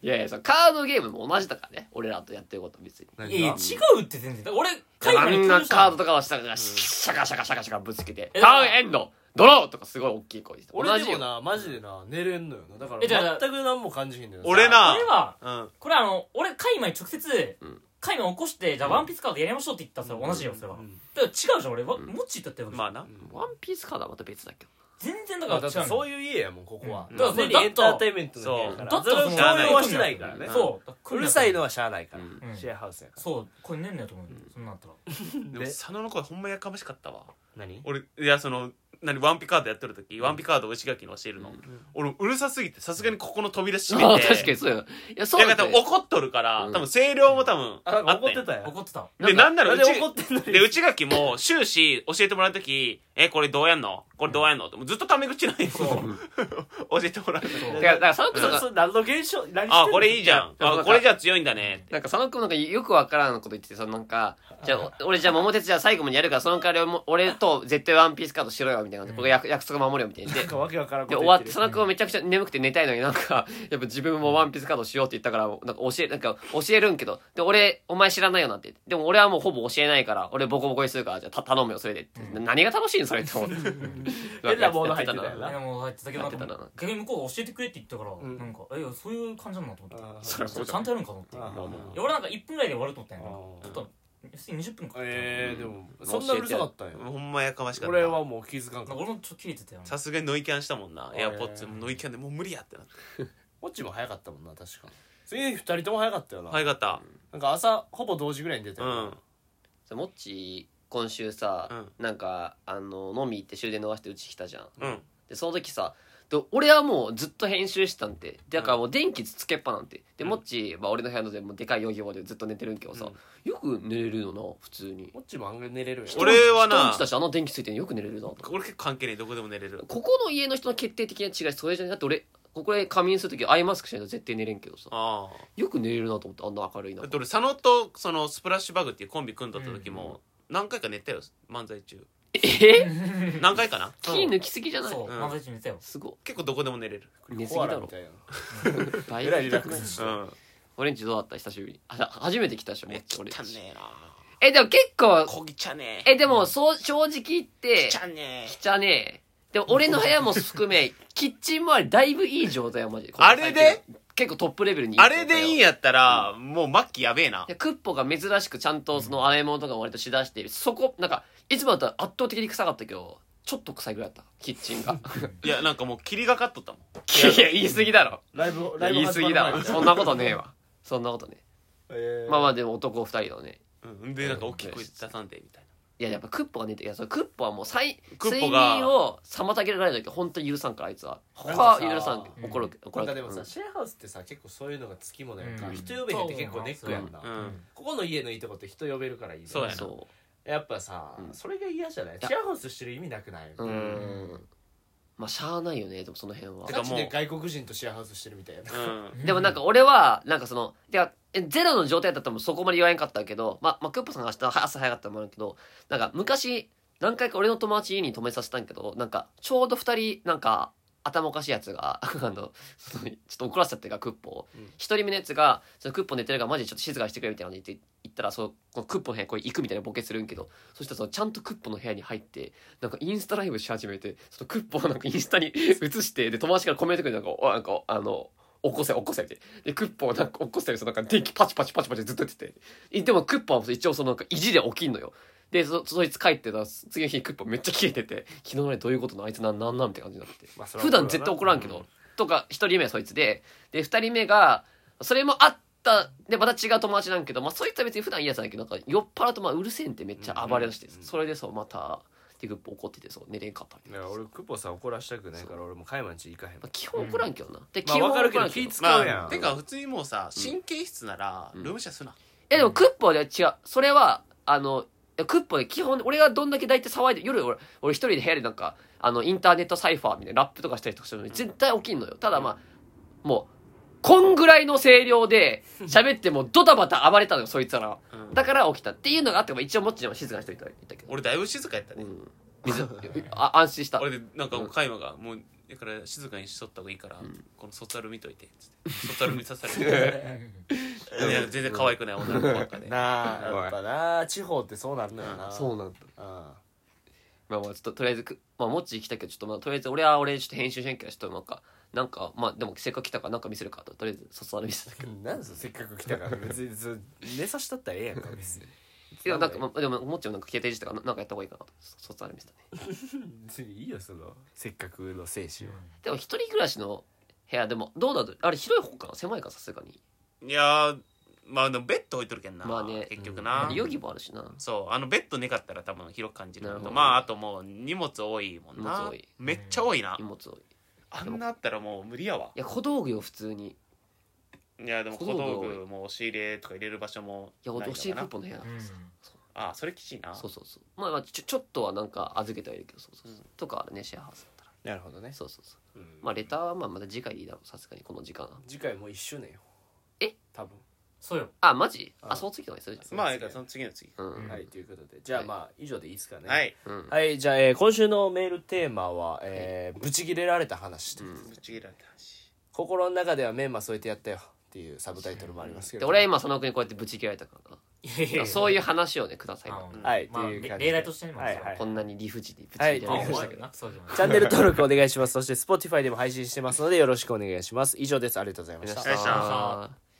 Speaker 4: いやいや、そのカードゲームも同じだからね。俺らとやってること別に。
Speaker 2: いやいや違うって全然だから俺海
Speaker 4: あ
Speaker 2: 外に
Speaker 4: んなカード
Speaker 2: と
Speaker 4: とかをしたから、シャカシャカシャカシャカぶつけて、タ
Speaker 2: え
Speaker 4: ーンエンド、ドローとかすごい大きい声で同
Speaker 1: 俺
Speaker 4: じ
Speaker 1: でも
Speaker 4: よ。
Speaker 1: なマジでな寝れんのよなだから
Speaker 2: えじゃあ
Speaker 1: 全く何も感じひんのよ
Speaker 5: 俺
Speaker 2: こ
Speaker 5: な
Speaker 2: れは
Speaker 5: うん
Speaker 2: これはあの俺海外に直接
Speaker 4: ん
Speaker 2: 海外起こしてじゃあワンピースカードやりましょうって言ったらそれ同じよそれは
Speaker 1: うん
Speaker 2: だから違うじゃん俺わモッチーだったよ
Speaker 5: まあな
Speaker 4: ワンピースカードはまた別だけど。
Speaker 2: 全然だ
Speaker 1: ま
Speaker 2: か
Speaker 1: あだ
Speaker 2: ら
Speaker 1: って
Speaker 2: 違う
Speaker 1: そ
Speaker 2: の
Speaker 1: ういう家やもんここは
Speaker 2: うん
Speaker 1: だからそれ
Speaker 2: だっ
Speaker 1: エ
Speaker 2: て
Speaker 1: ンターテインメントの家やから
Speaker 2: だったら
Speaker 1: それを
Speaker 2: もう
Speaker 1: 強要はしてないからね
Speaker 2: そうだから来
Speaker 1: う
Speaker 2: る
Speaker 1: る
Speaker 2: な
Speaker 1: さいのはしゃあないから
Speaker 2: うん
Speaker 1: シェアハウスやから
Speaker 2: そうこれ寝んのやと思うよそんなんあったら
Speaker 5: でも佐野の声ほんまやかましかったわ
Speaker 1: 何
Speaker 5: 俺いやその何ワンピカードやってる時ワンピカード内垣に教えるの、俺うるさすぎてさすがにここの扉閉
Speaker 4: あ
Speaker 5: め
Speaker 4: あ
Speaker 5: て
Speaker 4: 確かにそうよいやそう
Speaker 5: いや
Speaker 4: だ
Speaker 5: 多分怒っとるから、多分声量も多分
Speaker 1: あなん
Speaker 5: あ
Speaker 1: か怒っ
Speaker 5: ったんよ
Speaker 1: てたよ
Speaker 2: 怒ってた
Speaker 5: でなんなら
Speaker 1: なん
Speaker 5: う
Speaker 1: で
Speaker 5: ち
Speaker 1: 怒ってんのに
Speaker 5: *laughs* で内垣も終始教えてもらう時「えこれどうやんのこれどうやんの?」ってもうずっとタメ口ないよ教えてもらう時
Speaker 4: だからだから佐野くん
Speaker 1: そ
Speaker 4: と
Speaker 1: れ
Speaker 4: か
Speaker 1: それ何の現象何してんの
Speaker 5: あこれいいじゃん
Speaker 4: いやなん
Speaker 5: あ
Speaker 4: か
Speaker 5: これじゃ強いんだね
Speaker 4: なんか佐野くんなんかよくわからんこと言っててそのなんかじゃあお俺じゃあ桃鉄じゃあ最後までやるからその代わりも俺と絶対ワンピースカードしろよみたいな僕約約束守るよみたいなで
Speaker 1: なんかわけわからんこ
Speaker 4: で
Speaker 1: と
Speaker 4: 終
Speaker 1: 言
Speaker 4: わ
Speaker 1: っ
Speaker 4: ってて
Speaker 1: る
Speaker 4: その子もめちゃくちゃ眠くて寝たいのになんか *laughs* やっぱ自分もワンピースカードしようって言ったからなんか教えなんか教えるんけどで俺お前知らないよなって言ってでも俺はもうほぼ教えないから俺ボコボコにするからじゃあた頼むよそれでって、何が楽しいんそれって思って
Speaker 1: *laughs* 変なモード入ってたよな
Speaker 2: でも入ってたけど
Speaker 4: やってたななんか
Speaker 2: 逆に向こうが教えてくれって言ったから、なんかえいやそういう感じなんだと思って
Speaker 1: あー
Speaker 4: *laughs* そりゃそう
Speaker 2: ち
Speaker 4: じ
Speaker 2: ゃ
Speaker 4: ゃ
Speaker 2: ん
Speaker 4: ん
Speaker 2: とやるんかと思って
Speaker 1: あー
Speaker 2: いや俺なんか1分ぐらいで終わると思ったんやな
Speaker 1: あー
Speaker 2: ちょっと普通に20分かかったよ
Speaker 1: えー、でもそんなうるさかったんや
Speaker 5: ほんまやかましかっ
Speaker 1: 俺
Speaker 5: た
Speaker 1: はもう気づかんか
Speaker 2: なん
Speaker 1: っ
Speaker 2: か
Speaker 1: た
Speaker 2: 俺もちょっと切れてたよな
Speaker 5: さすがにノイキャンしたもんな
Speaker 1: あ
Speaker 5: エ
Speaker 1: ー
Speaker 5: アポッツもノイキャンでもう無理やってなって
Speaker 1: オチも早かったもんな確か次二人とも早かったよな、
Speaker 5: 早かった
Speaker 1: なんか朝ほぼ同時ぐらいに出た
Speaker 5: う
Speaker 1: よな、
Speaker 5: ん
Speaker 4: さもっち今週さ、なんかあの飲み行って終電逃してうち来たじゃん
Speaker 5: うん
Speaker 4: でその時さで俺はもうずっと編集してたんてだからもう電気つけっぱなんてでもっちは俺の部屋のでもうでかいヨギボでずっと寝てるんけどさ、よく寝れるよな普通に
Speaker 1: オッチもあんぐらい寝れるんや
Speaker 5: 俺はな
Speaker 4: 人んちだしあの電気ついてるのよく寝れるなと思って
Speaker 5: 俺結構関係ねえどこでも寝れる
Speaker 4: ここの家の人の決定的な違いそれじゃないだって俺ここで仮眠するときアイマスクしないと絶対寝れんけどさ
Speaker 5: ああ
Speaker 4: よく寝れるなと思ってあんな明るいな
Speaker 5: だって俺佐野とそのスプラッシュバグっていうコンビ組んだった時も何回か寝たよ漫才中
Speaker 4: え
Speaker 5: 何回かな
Speaker 4: 気抜きすぎじゃない
Speaker 2: そう
Speaker 5: うん
Speaker 2: 漫才中に寝てたよ
Speaker 4: すごい
Speaker 5: 結構どこでも寝れる
Speaker 4: 寝すぎ
Speaker 1: コア
Speaker 4: だ
Speaker 1: ラみ
Speaker 4: ろ
Speaker 1: たいな
Speaker 4: だい
Speaker 1: え
Speaker 4: ぶ
Speaker 1: らいリラックスし
Speaker 5: う
Speaker 1: て
Speaker 5: ん
Speaker 4: 俺んちどうだった久しぶりにあ初めて来たでしょもっち俺んち
Speaker 5: 汚ねえな
Speaker 4: えでも結構
Speaker 5: こぎちゃねえ
Speaker 4: えでもそう正直言って
Speaker 5: ちゃねえ
Speaker 4: きちゃねえでも俺の部屋も含め *laughs* キッチン周りだいぶいい状態よマジで
Speaker 5: あれで
Speaker 4: 結構トップレベルに
Speaker 5: あれでいいん
Speaker 4: や
Speaker 5: やったらもう末期やべえな
Speaker 4: クッポが珍しくちゃんとその洗い物とかも割としだしてそこなんかいつもだったら圧倒的に臭かったけどちょっと臭いぐらいだったキッチンが
Speaker 5: いやなんかもう霧がかっとったもん
Speaker 4: *laughs* いや言い過ぎだろ
Speaker 1: ライブライブ
Speaker 4: 言い過ぎだろそんなことねえわそんなことね
Speaker 1: *laughs* えー
Speaker 4: まあまあでも男二人のね
Speaker 5: うんでなんか大きい声出さんでみたい
Speaker 4: いややっぱクッポが寝ていやそれクッポはもう最
Speaker 5: クッポ
Speaker 4: 睡
Speaker 5: が
Speaker 4: 眠を妨げられないけど本当に許さんからあいつは
Speaker 1: なん
Speaker 4: 他
Speaker 1: か
Speaker 4: は
Speaker 1: さ
Speaker 4: 許さん怒る怒
Speaker 1: な
Speaker 4: ら
Speaker 1: んか
Speaker 4: れ
Speaker 1: でもさ、
Speaker 4: うん
Speaker 1: シェアハウスってさ結構そういうのがつきものやんか、
Speaker 2: うん
Speaker 1: 人呼べへんって結構ネックやんな、
Speaker 5: なうん
Speaker 1: ここの家のいいとこって人呼べるからいいね
Speaker 5: そうやな
Speaker 4: そ
Speaker 1: やっぱさ、
Speaker 4: うん
Speaker 1: それが嫌じゃないシ
Speaker 4: や
Speaker 1: ェアハウスしてる意味なくないう
Speaker 4: うんまあしゃあないよねでもその辺は
Speaker 5: てか
Speaker 1: ガチで外国人とシェアハウスしてるみたいな
Speaker 5: うん
Speaker 4: でもなんか俺はなんかそのいやえゼロの状態だったらもうそこまで言わへんかったけど、まあ、まあクッポさんが明日朝早かったのもあるけどなんか昔何回か俺の友達家に泊めさせたんけどなんかちょうど二人なんか頭おかしいやつが *laughs* あのそのちょっと怒らせちゃってるからクッポを
Speaker 1: うん
Speaker 4: 一、人目のやつがそのクッポ寝てるからマジでちょっと静かにしてくれみたいなのに言って言ったらそのこのクッポの部屋にこれ行くみたいなボケするんけどそしたらそのちゃんとクッポの部屋に入ってなんかインスタライブし始めてそのクッポをなんかインスタに *laughs* 映してで友達からコメントくれてなんかおなんかあの起こせ起こせってでクッポをなんか起こしたりするなんか電気パチパチパチパチずっとやっててえでもクッパは一応そのなんか意地で起きんのよでそそいつ帰ってたら次の日クッパめっちゃ消えてて昨日までどういうことなのあいつなんなんなんって感じになってて、
Speaker 1: まあそれは
Speaker 4: 普段絶対怒らんけど、とか一人目はそいつでで二人目がそれもあったでまた違う友達なんけど、まあ、そいつは別に普段いいやつなんだけどなんか酔っ払うとまあうるせえんってめっちゃ暴れ出して、それでそうまたでクッパ怒っててそう寝れんかったみたい
Speaker 1: い
Speaker 4: な
Speaker 1: や俺クポさん怒らしたくないから俺もカイマンち行かへん
Speaker 4: まあ、基本怒らんけどな、で
Speaker 1: まあわかるけど気
Speaker 4: 基本怒ら
Speaker 1: 使
Speaker 4: ん
Speaker 1: うや
Speaker 5: まあ
Speaker 1: ん
Speaker 5: てか普通にもうさ神経質ならルームシェアすな
Speaker 4: えでもクッポでは違うそれはあのいやクッポで基本俺がどんだけ抱いて騒いで夜俺俺一人で部屋でなんかあのインターネットサイファーみたいなラップとかしたりとかするのに絶対起きんのよただまあもうこんぐらいの声量で喋ってもうドタバタ暴れたのよそいつらは
Speaker 5: うん
Speaker 4: だから起きたっていうのがあっても一応もっちにも静かにしといたたけど
Speaker 5: 俺だいぶ静かやったね
Speaker 4: うん水あ安心した
Speaker 5: 俺でなんかもうカイマがもうだから静かにしとった方がいいからこの卒アル見といてっつって卒アル見さされ *laughs* ていや全然可愛くない女の子ばっかで
Speaker 1: なあやっぱなあ地方ってそうなんのよな
Speaker 4: そう
Speaker 1: う
Speaker 4: なんだ
Speaker 1: あ
Speaker 4: まあまあちょっととりあえずく、まあ、もっち来たけどちょっとまあとりあえず俺は俺ちょっと編集しなきゃちょっとなんかなんかまあでもせっかく来たからなんか見せるかととりあえず卒アル見せたけど
Speaker 1: なんですよせっかく来たから別にそう寝さしたったらええやんか別に
Speaker 4: いやなんか、まあ、でももっちもなんか携帯自体かななんかやった方がいいかなとそ卒アル見せたね
Speaker 1: 別にいいよそのせっかくの精神は
Speaker 4: でも一人暮らしの部屋でもどうだとあれ広い方かな狭いかさすがに
Speaker 5: いやーまあでもベッド置いとるけんな、
Speaker 4: まあね
Speaker 5: 結局な、
Speaker 4: 余儀もあるしな
Speaker 5: そうあのベッド寝かったら多分広く感じる
Speaker 4: な
Speaker 5: の
Speaker 4: るほ
Speaker 5: と
Speaker 4: ど
Speaker 5: まああともう荷物多いもん
Speaker 4: 荷
Speaker 5: な
Speaker 4: 物多い
Speaker 5: めっちゃ多いな
Speaker 4: 荷物多いい
Speaker 5: あんなあったらもう無理やわ
Speaker 4: や小道具よ普通にい
Speaker 5: いやでも小
Speaker 4: 小
Speaker 5: 道
Speaker 4: 道具
Speaker 5: 具も押し入れとか入れる場所も
Speaker 4: や
Speaker 5: ない
Speaker 4: 俺
Speaker 5: の
Speaker 4: お
Speaker 5: か
Speaker 4: 尻
Speaker 5: な
Speaker 4: ポッポの部屋だからさ
Speaker 5: ああそれきちいな
Speaker 4: そうそうそうまあまあちょちょっとはなんか預けてはいるけどそうそうそう、とかあるねシェアハウスだった
Speaker 1: な
Speaker 4: ら
Speaker 1: るほどね
Speaker 4: そうそうそう、
Speaker 1: ん
Speaker 4: まあレターはまあまた次回でいいだろうさすがにこの時間は
Speaker 1: 次回もう1周年よ
Speaker 4: え
Speaker 1: 多分
Speaker 2: そうよ
Speaker 4: あマジ
Speaker 1: あ
Speaker 4: あそう次とかにするじ
Speaker 5: まあいいからその次の次
Speaker 4: ゃんうん、
Speaker 1: はいということでじゃあまあ以上でいいですかね
Speaker 5: はい
Speaker 4: うん、
Speaker 1: はいじゃあ、えー今週のメールテーマは、えーブチギレられた話ということで、
Speaker 5: ぶち切られた話
Speaker 1: 心の中ではメンマ添えてやったよっていうサブタイトルもありますけ
Speaker 4: で
Speaker 1: ど
Speaker 4: 俺は今佐野君にこうやってぶち切られたからない
Speaker 2: やい
Speaker 4: だか
Speaker 2: や
Speaker 4: らそういうう話をねください今
Speaker 1: はい
Speaker 2: まあ
Speaker 1: っていう感じで
Speaker 2: 例題としてねまあ
Speaker 1: はいはい
Speaker 4: こんなに理不尽にぶち切れら
Speaker 2: あ
Speaker 4: れまし
Speaker 2: そ
Speaker 4: た
Speaker 2: う
Speaker 4: け
Speaker 2: だ
Speaker 4: ど、
Speaker 2: なそうじゃない
Speaker 1: チャンネル登録お願いしますそして Spotify でも配信してますのでよろしくお願いします以上ですありがとうございました
Speaker 5: お願いします
Speaker 4: あー